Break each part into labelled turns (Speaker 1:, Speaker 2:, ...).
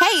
Speaker 1: Hey,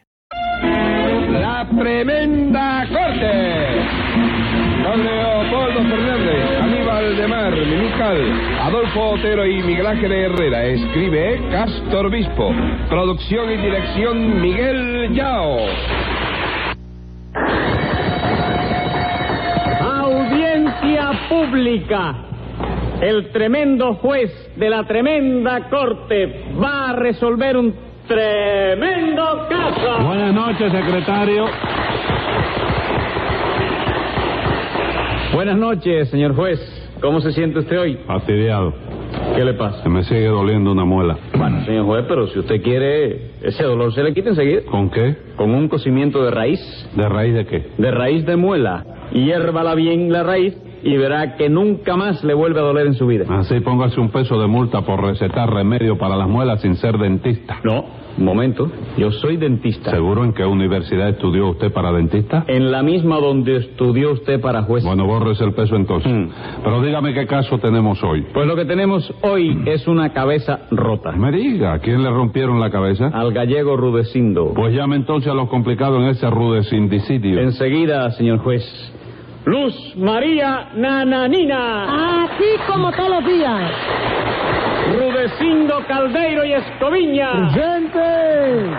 Speaker 2: La tremenda corte. Don Leopoldo Fernández, Aníbal de Mar, Mimical, Adolfo Otero y Miguel Ángel Herrera. Escribe Castor Bispo. Producción y dirección Miguel Yao.
Speaker 3: Audiencia pública. El tremendo juez de la tremenda corte va a resolver un tremendo caso.
Speaker 4: Buenas noches, secretario.
Speaker 3: Buenas noches, señor juez. ¿Cómo se siente usted hoy?
Speaker 4: Fastidiado.
Speaker 3: ¿Qué le pasa?
Speaker 4: Se me sigue doliendo una muela.
Speaker 3: Bueno, señor juez, pero si usted quiere, ese dolor se le quita enseguida.
Speaker 4: ¿Con qué?
Speaker 3: Con un cocimiento de raíz,
Speaker 4: ¿De raíz de qué?
Speaker 3: de raíz de muela. Hiérvala bien la raíz y verá que nunca más le vuelve a doler en su vida.
Speaker 4: Así póngase un peso de multa por recetar remedio para las muelas sin ser dentista.
Speaker 3: No, un momento. Yo soy dentista.
Speaker 4: ¿Seguro en qué universidad estudió usted para dentista?
Speaker 3: En la misma donde estudió usted para juez.
Speaker 4: Bueno, borres el peso entonces.
Speaker 3: Mm.
Speaker 4: Pero dígame qué caso tenemos hoy.
Speaker 3: Pues lo que tenemos hoy es una cabeza rota.
Speaker 4: Me diga, ¿a quién le rompieron la cabeza?
Speaker 3: Al gallego Rudecindo.
Speaker 4: Pues llame entonces a los complicados en ese rudecindicidio.
Speaker 3: Enseguida, señor juez. Luz María Nananina.
Speaker 5: Así como todos los días.
Speaker 3: Rudecindo Caldeiro y Escoviña.
Speaker 5: ¡Gente!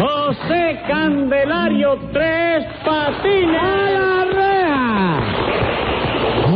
Speaker 3: José Candelario Tres Patines. la reja!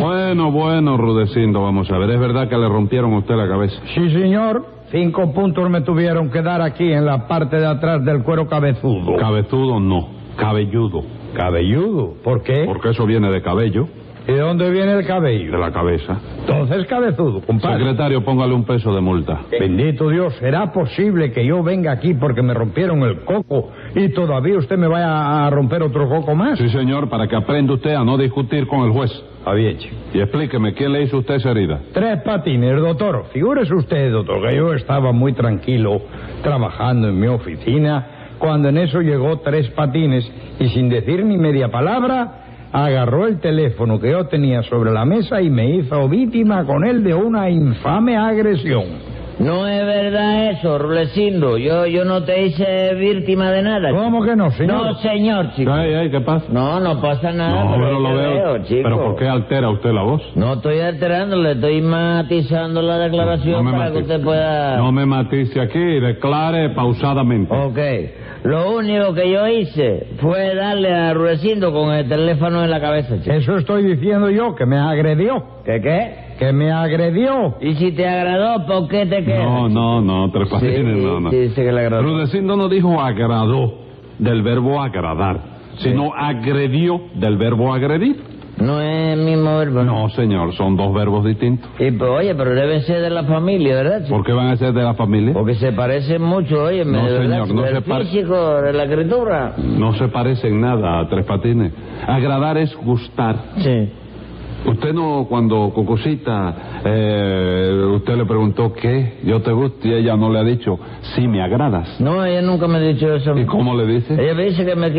Speaker 4: Bueno, bueno, Rudecindo, vamos a ver. ¿Es verdad que le rompieron a usted la cabeza?
Speaker 6: Sí, señor. Cinco puntos me tuvieron que dar aquí en la parte de atrás del cuero cabezudo.
Speaker 4: Cabezudo no, cabelludo.
Speaker 6: ¿Cabelludo? ¿Por qué?
Speaker 4: Porque eso viene de cabello.
Speaker 6: ¿Y de dónde viene el cabello?
Speaker 4: De la cabeza.
Speaker 6: Entonces cabezudo, compadre.
Speaker 4: Secretario, póngale un peso de multa.
Speaker 6: Bendito Dios, ¿será posible que yo venga aquí porque me rompieron el coco y todavía usted me vaya a romper otro coco más?
Speaker 4: Sí, señor, para que aprenda usted a no discutir con el juez.
Speaker 6: Está bien, chico.
Speaker 4: Y explíqueme, ¿quién le hizo a usted esa herida?
Speaker 6: Tres patines, doctor. Figúrese usted, doctor, que yo estaba muy tranquilo trabajando en mi oficina cuando en eso llegó tres patines y sin decir ni media palabra agarró el teléfono que yo tenía sobre la mesa y me hizo víctima con él de una infame agresión.
Speaker 7: No es verdad eso, Rulecindo. Yo, yo no te hice víctima de nada. chico.
Speaker 6: ¿Cómo que no, señor?
Speaker 7: No, señor, chico.
Speaker 4: Ay, ay, ¿qué pasa?
Speaker 7: No, no pasa nada.
Speaker 4: no,
Speaker 7: pero
Speaker 4: pero
Speaker 7: yo
Speaker 4: lo
Speaker 7: te
Speaker 4: veo.
Speaker 7: chico.
Speaker 4: Pero ¿por qué altera usted la voz?
Speaker 7: No estoy alterando, le estoy matizando la declaración para que
Speaker 4: matice.
Speaker 7: usted pueda...
Speaker 4: No me matice aquí, declare pausadamente.
Speaker 7: Ok. Lo único que yo hice fue darle a Rulecindo con el teléfono en la cabeza, chico.
Speaker 6: Eso estoy diciendo yo, que me agredió.
Speaker 7: ¿Qué qué?
Speaker 6: Que me agredió.
Speaker 7: Y si te agradó, ¿por qué te quedas?
Speaker 4: No, no, no, tres
Speaker 7: Sí,
Speaker 4: patines, no, no.
Speaker 7: sí, dice que le agradó.
Speaker 4: Rudecindo no dijo agradó del verbo agradar, sino agredió del verbo agredir.
Speaker 7: No es el mismo verbo.
Speaker 4: No, señor, son dos verbos distintos.
Speaker 7: Y, pues, oye, pero debe ser de la familia, ¿verdad, chico?
Speaker 4: ¿Por qué van a ser de la familia?
Speaker 7: Porque se parecen mucho, oye,
Speaker 4: No,
Speaker 7: de verdad,
Speaker 4: señor, no
Speaker 7: el
Speaker 4: se pare-
Speaker 7: físico, de la escritura.
Speaker 4: No se parecen nada a Tres Patines. Agradar es gustar.
Speaker 7: Sí.
Speaker 4: Usted no, cuando Cocosita, eh, usted le preguntó qué, yo te gusto, y ella no le ha dicho, sí me agradas.
Speaker 7: No, ella nunca me ha dicho eso.
Speaker 4: ¿Y cómo le dice?
Speaker 7: Ella me dice que me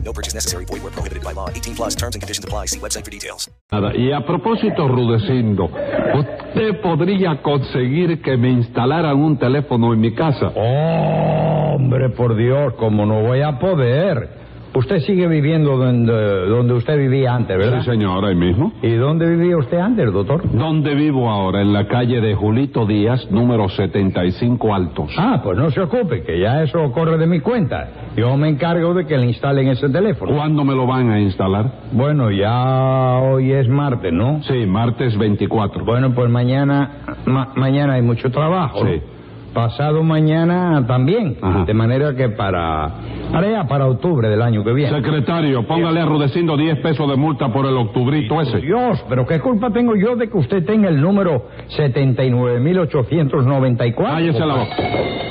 Speaker 8: No purchase necessary. Void where prohibited by law. 18 plus terms and conditions apply. See website for details.
Speaker 4: Nada. Y a propósito, Rudecindo, usted podría conseguir que me instalaran un teléfono en mi casa.
Speaker 6: Hombre, por Dios, como no voy a poder. Usted sigue viviendo donde, donde usted vivía antes, ¿verdad?
Speaker 4: Sí, señor, ahí mismo.
Speaker 6: ¿Y dónde vivía usted antes, doctor?
Speaker 4: ¿Dónde vivo ahora? En la calle de Julito Díaz, número 75 Altos.
Speaker 6: Ah, pues no se ocupe, que ya eso corre de mi cuenta. Yo me encargo de que le instalen ese teléfono.
Speaker 4: ¿Cuándo me lo van a instalar?
Speaker 6: Bueno, ya hoy es martes, ¿no?
Speaker 4: Sí, martes 24.
Speaker 6: Bueno, pues mañana, ma- mañana hay mucho trabajo. ¿no?
Speaker 4: Sí.
Speaker 6: Pasado mañana también. De manera que para, para ya para octubre del año que viene.
Speaker 4: Secretario, póngale a Rudecindo 10 pesos de multa por el octubrito ese.
Speaker 6: Dios, pero qué culpa tengo yo de que usted tenga el número 79.894.
Speaker 4: Cállese la boca.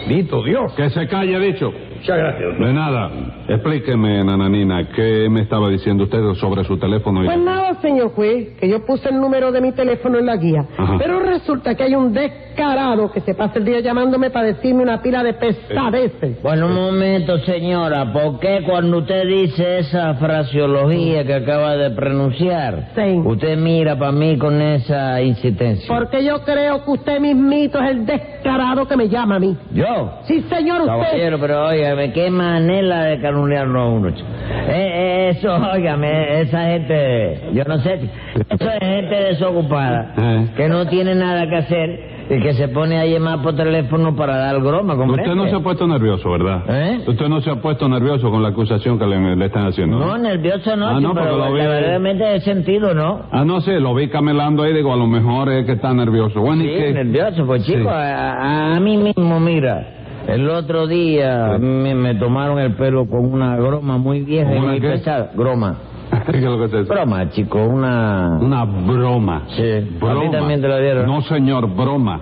Speaker 6: Dito Dios.
Speaker 4: Que se calle, dicho.
Speaker 6: Muchas gracias.
Speaker 4: De nada. Explíqueme, Nananina, ¿qué me estaba diciendo usted sobre su teléfono? y-
Speaker 5: Pues nada, señor juez, que yo puse el número de mi teléfono en la guía.
Speaker 4: Ajá.
Speaker 5: Pero resulta que hay un descarado que se pasa el día llamándome para decirme una pila de
Speaker 6: Eh.
Speaker 5: pesadeces.
Speaker 7: Bueno, un momento, señora. ¿Por qué cuando usted dice esa fraseología que acaba de pronunciar, usted mira para mí con esa insistencia?
Speaker 5: Porque yo creo que usted mismito es el descarado que me llama a mí.
Speaker 7: ¿Yo?
Speaker 5: Sí, señor, usted.
Speaker 7: Caballero, pero óigame, qué manera de calumniarlo a uno. chico. Eh, eh, eso, óigame, esa gente, yo no sé, chico. eso es gente desocupada,
Speaker 4: Eh.
Speaker 7: que no tiene nada que hacer y que se pone a llamar por teléfono para dar broma, ¿comprende?
Speaker 4: Usted no se ha puesto nervioso, ¿verdad?
Speaker 7: ¿Eh?
Speaker 4: Usted no se ha puesto nervioso con la acusación que le, le están haciendo.
Speaker 7: No, nervioso no,
Speaker 4: Ah, no,
Speaker 7: chico,
Speaker 4: porque
Speaker 7: pero
Speaker 4: lo vi.
Speaker 7: verdaderamente he sentido, ¿no?
Speaker 4: Ah, no sé, lo vi camelando ahí, digo, a lo mejor es que está nervioso. Bueno,
Speaker 7: Sí,
Speaker 4: ¿y qué?
Speaker 7: nervioso, pues
Speaker 4: Sí.
Speaker 7: chico, a, a- a mí mismo, mira, el otro día me, me tomaron el pelo con una groma muy vieja y
Speaker 4: ¿Una
Speaker 7: muy
Speaker 4: qué?
Speaker 7: pesada. Groma.
Speaker 4: ¿Qué es lo que es eso?
Speaker 7: Broma, chico, una...
Speaker 4: Una broma.
Speaker 7: Sí,
Speaker 4: Broma.
Speaker 7: a mí también te lo dieron.
Speaker 4: No, señor, broma.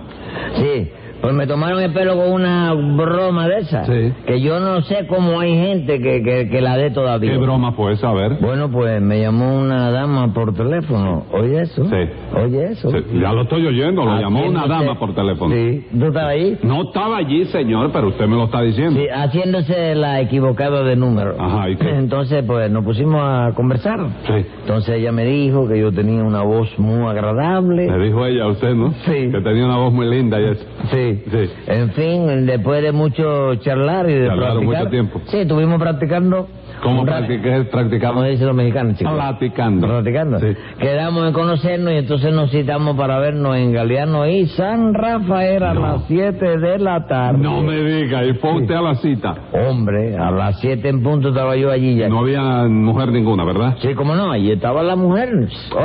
Speaker 7: Sí, pues me tomaron el pelo con una broma de esa.
Speaker 4: Sí.
Speaker 7: Que yo no sé cómo hay gente que, que, que la dé todavía.
Speaker 4: ¿Qué broma fue esa? A ver.
Speaker 7: Bueno, pues me llamó una dama por teléfono. ¿Oye eso?
Speaker 4: Sí.
Speaker 7: ¿Oye eso?
Speaker 4: Sí, ya lo estoy oyendo, lo
Speaker 7: ¿A
Speaker 4: llamó
Speaker 7: quién
Speaker 4: una
Speaker 7: Ah, no
Speaker 4: dama
Speaker 7: sé?
Speaker 4: por teléfono.
Speaker 7: Sí. ¿Tú estabas ahí?
Speaker 4: No estaba allí, señor, pero usted me lo está diciendo.
Speaker 7: Sí, haciéndose la equivocada de número.
Speaker 4: Ajá, ¿y qué?
Speaker 7: Entonces, pues nos pusimos a conversar.
Speaker 4: Sí.
Speaker 7: Entonces ella me dijo que yo tenía una voz muy agradable.
Speaker 4: Me dijo ella, a usted, ¿no?
Speaker 7: Sí.
Speaker 4: Que tenía una voz muy linda y eso.
Speaker 7: Sí, sí. En fin, después de mucho charlar y de
Speaker 4: Charlaron
Speaker 7: practicar.
Speaker 4: mucho tiempo.
Speaker 7: Sí, estuvimos practicando.
Speaker 4: ¿Cómo
Speaker 7: un rato.
Speaker 4: practicas, practicamos?
Speaker 7: Como dicen los mexicanos, chicos.
Speaker 4: Platicando.
Speaker 7: Platicando. Quedamos en conocernos y entonces nos citamos para vernos en Galeano y San Rafael a las 7 de la tarde.
Speaker 4: No me diga, y fue usted a la cita.
Speaker 7: Hombre, a las 7 en punto estaba yo allí ya.
Speaker 4: No había mujer ninguna, ¿verdad?
Speaker 7: Sí, cómo no, allí estaba la mujer.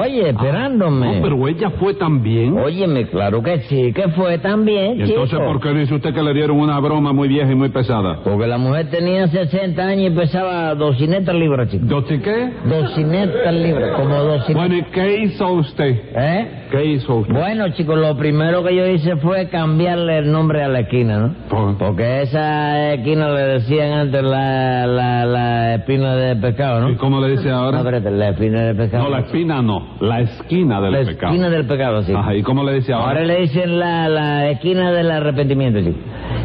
Speaker 7: Oye, esperándome.
Speaker 4: Ah. no, pero ella fue también.
Speaker 7: Óyeme, claro que sí, que fue también,
Speaker 4: ¿Y entonces
Speaker 7: chico.
Speaker 4: por qué dice usted que le dieron una broma muy vieja y muy pesada?
Speaker 7: Porque la mujer tenía 60 años y pesaba 200 libras, chico.
Speaker 4: ¿Dos qué?
Speaker 7: 200 libras, como 200.
Speaker 4: Bueno, ¿y qué hizo usted?
Speaker 7: ¿Eh?
Speaker 4: ¿Qué hizo usted?
Speaker 7: Bueno, chicos, lo primero que yo hice fue cambiarle el nombre a la esquina, ¿no? Porque esa esquina le decían antes la, la, la espina de pescado, ¿no? ¿Y
Speaker 4: cómo le dice ahora?
Speaker 7: No, espérate, la espina de pescado.
Speaker 4: No, la espina no, la esquina del
Speaker 7: La
Speaker 4: pecado.
Speaker 7: esquina del pecado, sí.
Speaker 4: Ajá, ¿y cómo le dice ahora?
Speaker 7: Ahora le dicen la, la esquina del arrepentimiento, sí.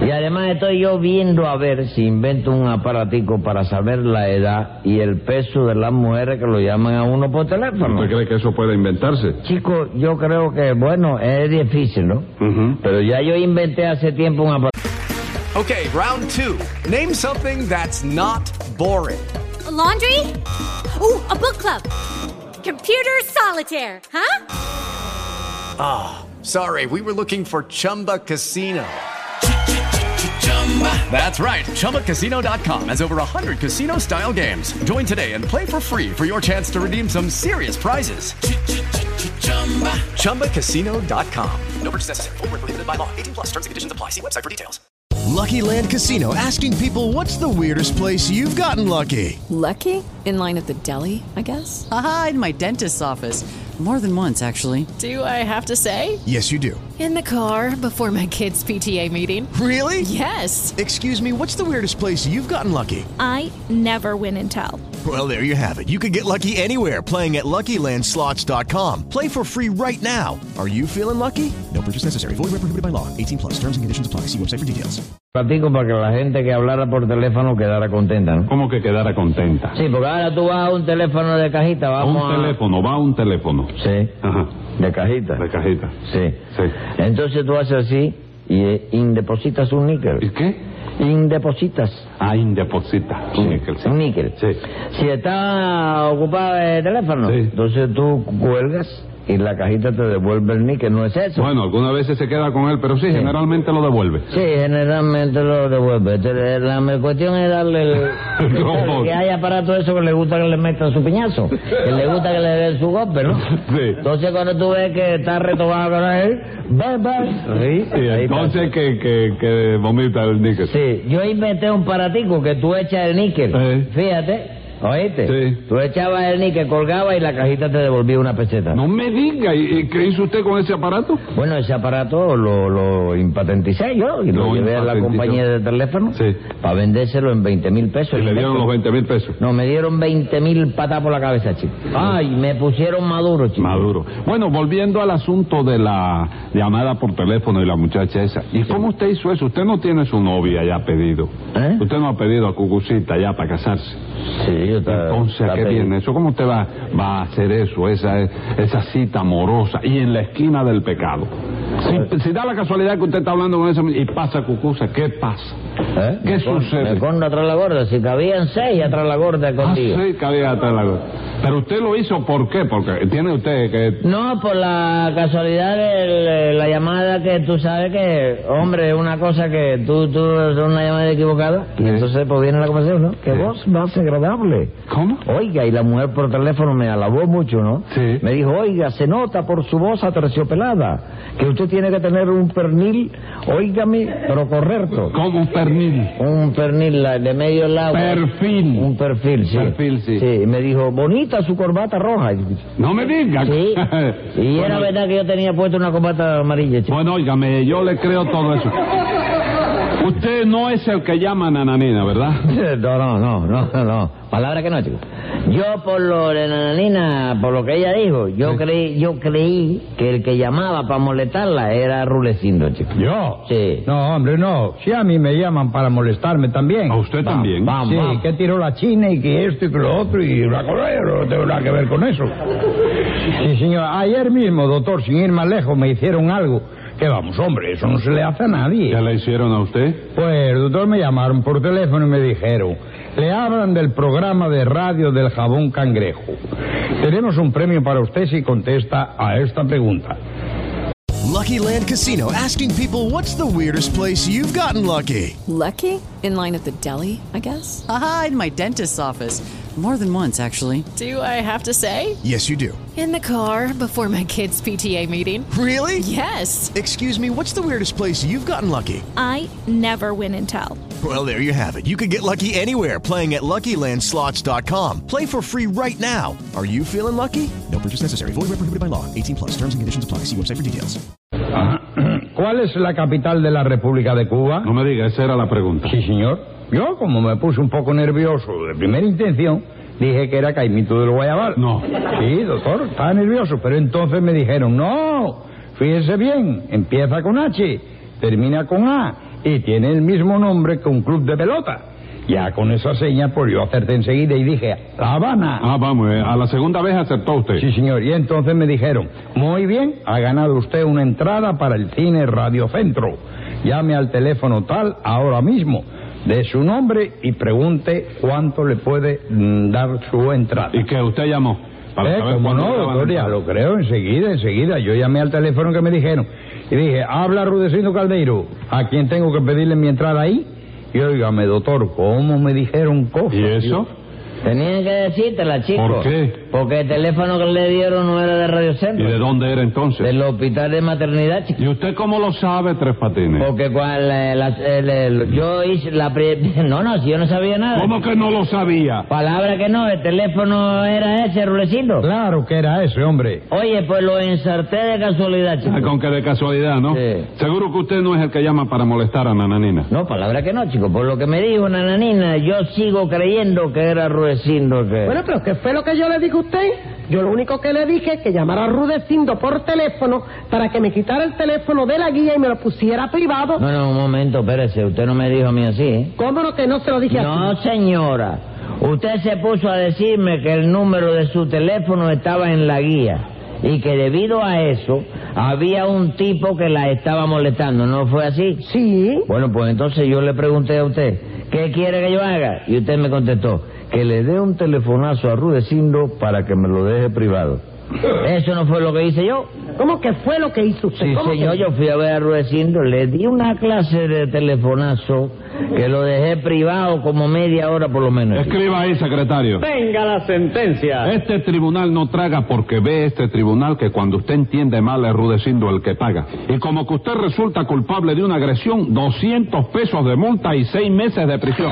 Speaker 7: Y además estoy yo viendo a ver si invento un aparatico para saber la edad y el peso de las mujeres que lo llaman a uno por teléfono.
Speaker 4: ¿Usted cree que eso puede inventarse?
Speaker 7: Chico, yo creo que, bueno, es difícil, ¿no? Pero ya yo inventé hace tiempo un aparatico.
Speaker 9: Okay, round two. Name something that's not boring.
Speaker 10: A laundry? Ooh, a book club. Computer solitaire, huh?
Speaker 9: Ah, sorry, we were looking for Chumba Casino. That's right, ChumbaCasino.com has over 100 casino style games. Join today and play for free for your chance to redeem some serious prizes. ChumbaCasino.com. No purchase necessary, forward prohibited by law, 18 plus terms and conditions apply. See website for details.
Speaker 11: Lucky Land Casino asking people what's the weirdest place you've gotten lucky?
Speaker 12: Lucky? In line at the deli, I guess?
Speaker 13: Aha, in my dentist's office. More than once, actually.
Speaker 12: Do I have to say?
Speaker 11: Yes, you do.
Speaker 12: In the car before my kids' PTA meeting.
Speaker 11: Really?
Speaker 12: Yes.
Speaker 11: Excuse me, what's the weirdest place you've gotten lucky?
Speaker 14: I never win and tell.
Speaker 11: Well, there you have it. You can get lucky anywhere playing at LuckyLandSlots.com. Play for free right now. Are you feeling lucky? No purchase necessary. Void where prohibited by law. 18 plus. Terms and conditions apply. See website for details.
Speaker 7: Platico para que la gente que hablara por teléfono quedara contenta, ¿no?
Speaker 4: ¿Cómo que quedara contenta?
Speaker 7: Sí, porque ahora tú vas a un teléfono de cajita,
Speaker 4: A
Speaker 7: vamos
Speaker 4: un teléfono, va a un teléfono.
Speaker 7: Sí.
Speaker 4: Ajá.
Speaker 7: ¿De cajita?
Speaker 4: De cajita.
Speaker 7: Sí. Entonces tú haces así y eh, indepositas un níquel. ¿Y
Speaker 4: qué?
Speaker 7: Indepositas.
Speaker 4: Ah, indeposita. Un níquel, sí.
Speaker 7: Un níquel. Si está ocupado el teléfono, entonces tú cuelgas y la cajita te devuelve el níquel. No es eso.
Speaker 4: Bueno, algunas veces se queda con él, pero sí, generalmente lo devuelve.
Speaker 7: Sí, generalmente lo devuelve. Te- La, la cuestión es darle el...
Speaker 4: ¿Cómo?
Speaker 7: Que hay aparato eso que le gusta que le metan su piñazo. Que le gusta que le den su golpe, ¿no? Entonces cuando tú ves que está retobado con él, va, va. Sí,
Speaker 4: Y
Speaker 7: ahí está.
Speaker 4: entonces que, que, que vomita el níquel.
Speaker 7: Sí. Yo inventé un paratico que tú echas el níquel. Fíjate. ¿Oíste? Tú echabas el níquel, colgabas y la cajita te devolvía una peseta.
Speaker 4: No me diga, ¿y, y qué hizo usted con ese aparato?
Speaker 7: Bueno, ese aparato lo, lo impatenticé yo y lo,
Speaker 4: Lo
Speaker 7: llevé a la
Speaker 4: impatentizó.
Speaker 7: compañía de teléfono para vendérselo en 20 mil pesos.
Speaker 4: Y le dieron los 20 mil pesos.
Speaker 7: No, me dieron 20 mil patas por la cabeza, chico. Ay, me pusieron maduro, chico.
Speaker 4: Ah. Maduro. Bueno, volviendo al asunto de la llamada por teléfono y la muchacha esa. ¿Y cómo usted hizo eso? Usted no tiene su novia ya pedido. Usted no ha pedido a Cucucita ya para casarse.
Speaker 7: ¿Eh? Sí, yo
Speaker 4: Entonces, ¿a ¿qué
Speaker 7: Ah, pedido.
Speaker 4: viene eso? ¿Cómo usted va, va a hacer eso, esa, esa cita amorosa y en la esquina del pecado?
Speaker 7: Eh.
Speaker 4: Si, si da la casualidad que usted está hablando con esa mu- y pasa Cucusa, ¿qué pasa?
Speaker 7: ¿Eh?
Speaker 4: ¿Qué
Speaker 7: Me con-
Speaker 4: sucede?
Speaker 7: Me condo atrás de la gorda. Si cabían seis atrás de la gorda
Speaker 4: Ah,
Speaker 7: contigo.
Speaker 4: sí, cabía atrás la gorra. Pero usted lo hizo, ¿por qué? Porque tiene usted que...
Speaker 7: No, por la casualidad de la llamada que tú sabes que, hombre, es una cosa que tú, tú, es una llamada equivocada. Y entonces pues viene la conversación, ¿no? Que voz más agradable.
Speaker 4: ¿Cómo?
Speaker 7: Oiga, y la mujer por teléfono me alabó mucho, ¿no? Sí. Me dijo, oiga, se nota por su voz aterciopelada que usted tiene que tener un pernil, oígame, pero correcto.
Speaker 4: ¿Cómo un pernil?
Speaker 7: Un pernil la- de medio lado.
Speaker 4: Perfil.
Speaker 7: Un perfil, sí.
Speaker 4: Perfil, sí.
Speaker 7: y me dijo, bonita su corbata roja.
Speaker 4: No me diga.
Speaker 7: Sí. Y era verdad que yo tenía puesto una corbata amarilla, chico.
Speaker 4: Bueno, óigame, yo le creo todo eso. Usted no es el que llama Nananina, ¿verdad?
Speaker 7: No, no, no, no, no. Palabra que no, chico. Yo por lo de Nananina, por lo que ella dijo, yo creí, yo creí que el que llamaba para molestarla era Rulecindo, chico.
Speaker 6: ¿Yo?
Speaker 7: Sí.
Speaker 6: No, hombre, no. Si a mí me llaman para molestarme también. ¿A usted
Speaker 4: también?
Speaker 6: Vamos, sí,
Speaker 4: vamos.
Speaker 6: que tiró la China y que esto y que lo otro y la Corea, yo no tengo nada que ver con eso. Sí, señor. Ayer mismo, doctor, sin ir más lejos, me hicieron algo
Speaker 4: Que vamos, hombre, eso no se le hace a nadie. ¿Qué le hicieron a usted? Pues, doctor, me llamaron por teléfono y me dijeron, le hablan del programa de radio del jabón cangrejo. Tenemos un premio para usted si contesta a esta pregunta.
Speaker 3: Lucky Land Casino asking people what's the weirdest place you've gotten lucky?
Speaker 15: Lucky? In line at the deli, I guess? Aha, in my dentist's office. More than once, actually.
Speaker 16: Do I have to say?
Speaker 3: Yes, you do.
Speaker 16: In the car before my kids' PTA meeting.
Speaker 3: Really?
Speaker 16: Yes.
Speaker 3: Excuse me, what's the weirdest place you've gotten lucky?
Speaker 17: I never win and tell.
Speaker 3: Well, there you have it. You can get lucky anywhere playing at LuckyLandSlots.com. Play for free right now. Are you feeling lucky? No purchase necessary. Void where prohibited by law. 18 plus. Terms and conditions apply. See website for details.
Speaker 4: ¿Cuál es la capital de la República de Cuba? No me diga, esa era la pregunta. Sí, señor. Yo, como me puse un poco nervioso de primera intención, dije que era Caimito del Guayabal. No. Sí, doctor, estaba nervioso, pero entonces me dijeron, no, fíjese bien, empieza con H, termina con A y tiene el mismo nombre que un club de pelota. Ya con esa seña, pues yo acerté enseguida y dije, La Habana.
Speaker 18: Ah, vamos, eh, a la segunda vez aceptó usted.
Speaker 4: Sí, señor. Y entonces me dijeron, muy bien, ha ganado usted una entrada para el cine Radio Centro. Llame al teléfono tal ahora mismo, de su nombre y pregunte cuánto le puede mm, dar su entrada. ¿Y que usted llamó?
Speaker 18: Para saber
Speaker 4: como
Speaker 18: cuánto
Speaker 4: Eh, no,
Speaker 18: le daban
Speaker 4: doctor, ya
Speaker 18: entrada.
Speaker 4: lo creo, enseguida, enseguida. Yo llamé al teléfono que me dijeron y dije, habla Rudecindo Caldeiro, ¿a quién tengo que pedirle mi entrada ahí? Y óigame, doctor, ¿cómo me dijeron cosas? ¿Y eso?
Speaker 7: Tenían que decírtela, chico.
Speaker 4: ¿Por qué?
Speaker 7: Porque el teléfono que le dieron no era de Radio Centro.
Speaker 18: ¿Y de dónde era entonces?
Speaker 7: Del hospital de maternidad, chico.
Speaker 18: ¿Y usted cómo lo sabe, Tres Patines?
Speaker 7: Porque cual, eh, las- el- el- yo hice la... pri- No, no, si yo no sabía nada.
Speaker 18: ¿Cómo que no lo sabía?
Speaker 7: Palabra que no, el teléfono era ese, Rulecito.
Speaker 4: Claro que era ese, hombre.
Speaker 7: Oye, pues lo ensarté de casualidad, chico.
Speaker 18: Ah, Con que de casualidad, ¿no? Seguro que usted no es el que llama para molestar a Nananina.
Speaker 7: No, palabra que no, chico. Por lo que me dijo Nananina, yo sigo creyendo que era Ruecindo que...
Speaker 19: Bueno, pero ¿qué fue lo que yo le dije a usted? Yo lo único que le dije es que llamara a Rudecindo por teléfono para que me quitara el teléfono de la guía y me lo pusiera privado.
Speaker 7: No, no, un momento, espérese. Usted no me dijo a mí así, ¿eh?
Speaker 19: ¿Cómo no que no se lo dije a
Speaker 7: No, señora. Usted se puso a decirme que el número de su teléfono estaba en la guía y que debido a eso había un tipo que la estaba molestando. ¿No fue así?
Speaker 19: Sí.
Speaker 7: Bueno, pues entonces yo le pregunté a usted, ¿qué quiere que yo haga? Y usted me contestó, que le dé un telefonazo a Rudecindo para que me lo deje privado. Eso no fue lo que hice yo.
Speaker 19: ¿Cómo que fue lo que hizo usted?
Speaker 7: Sí,
Speaker 19: ¿Cómo
Speaker 7: señor,
Speaker 19: que-
Speaker 7: yo fui a ver a Rudecindo, le di una clase de telefonazo que lo dejé privado como media hora por lo menos.
Speaker 18: Escriba ahí, secretario.
Speaker 20: Venga la sentencia.
Speaker 18: Este tribunal no traga porque ve este tribunal que cuando usted entiende mal es Rudecindo el que paga. Y como que usted resulta culpable de una agresión, 200 pesos de multa y 6 meses de prisión.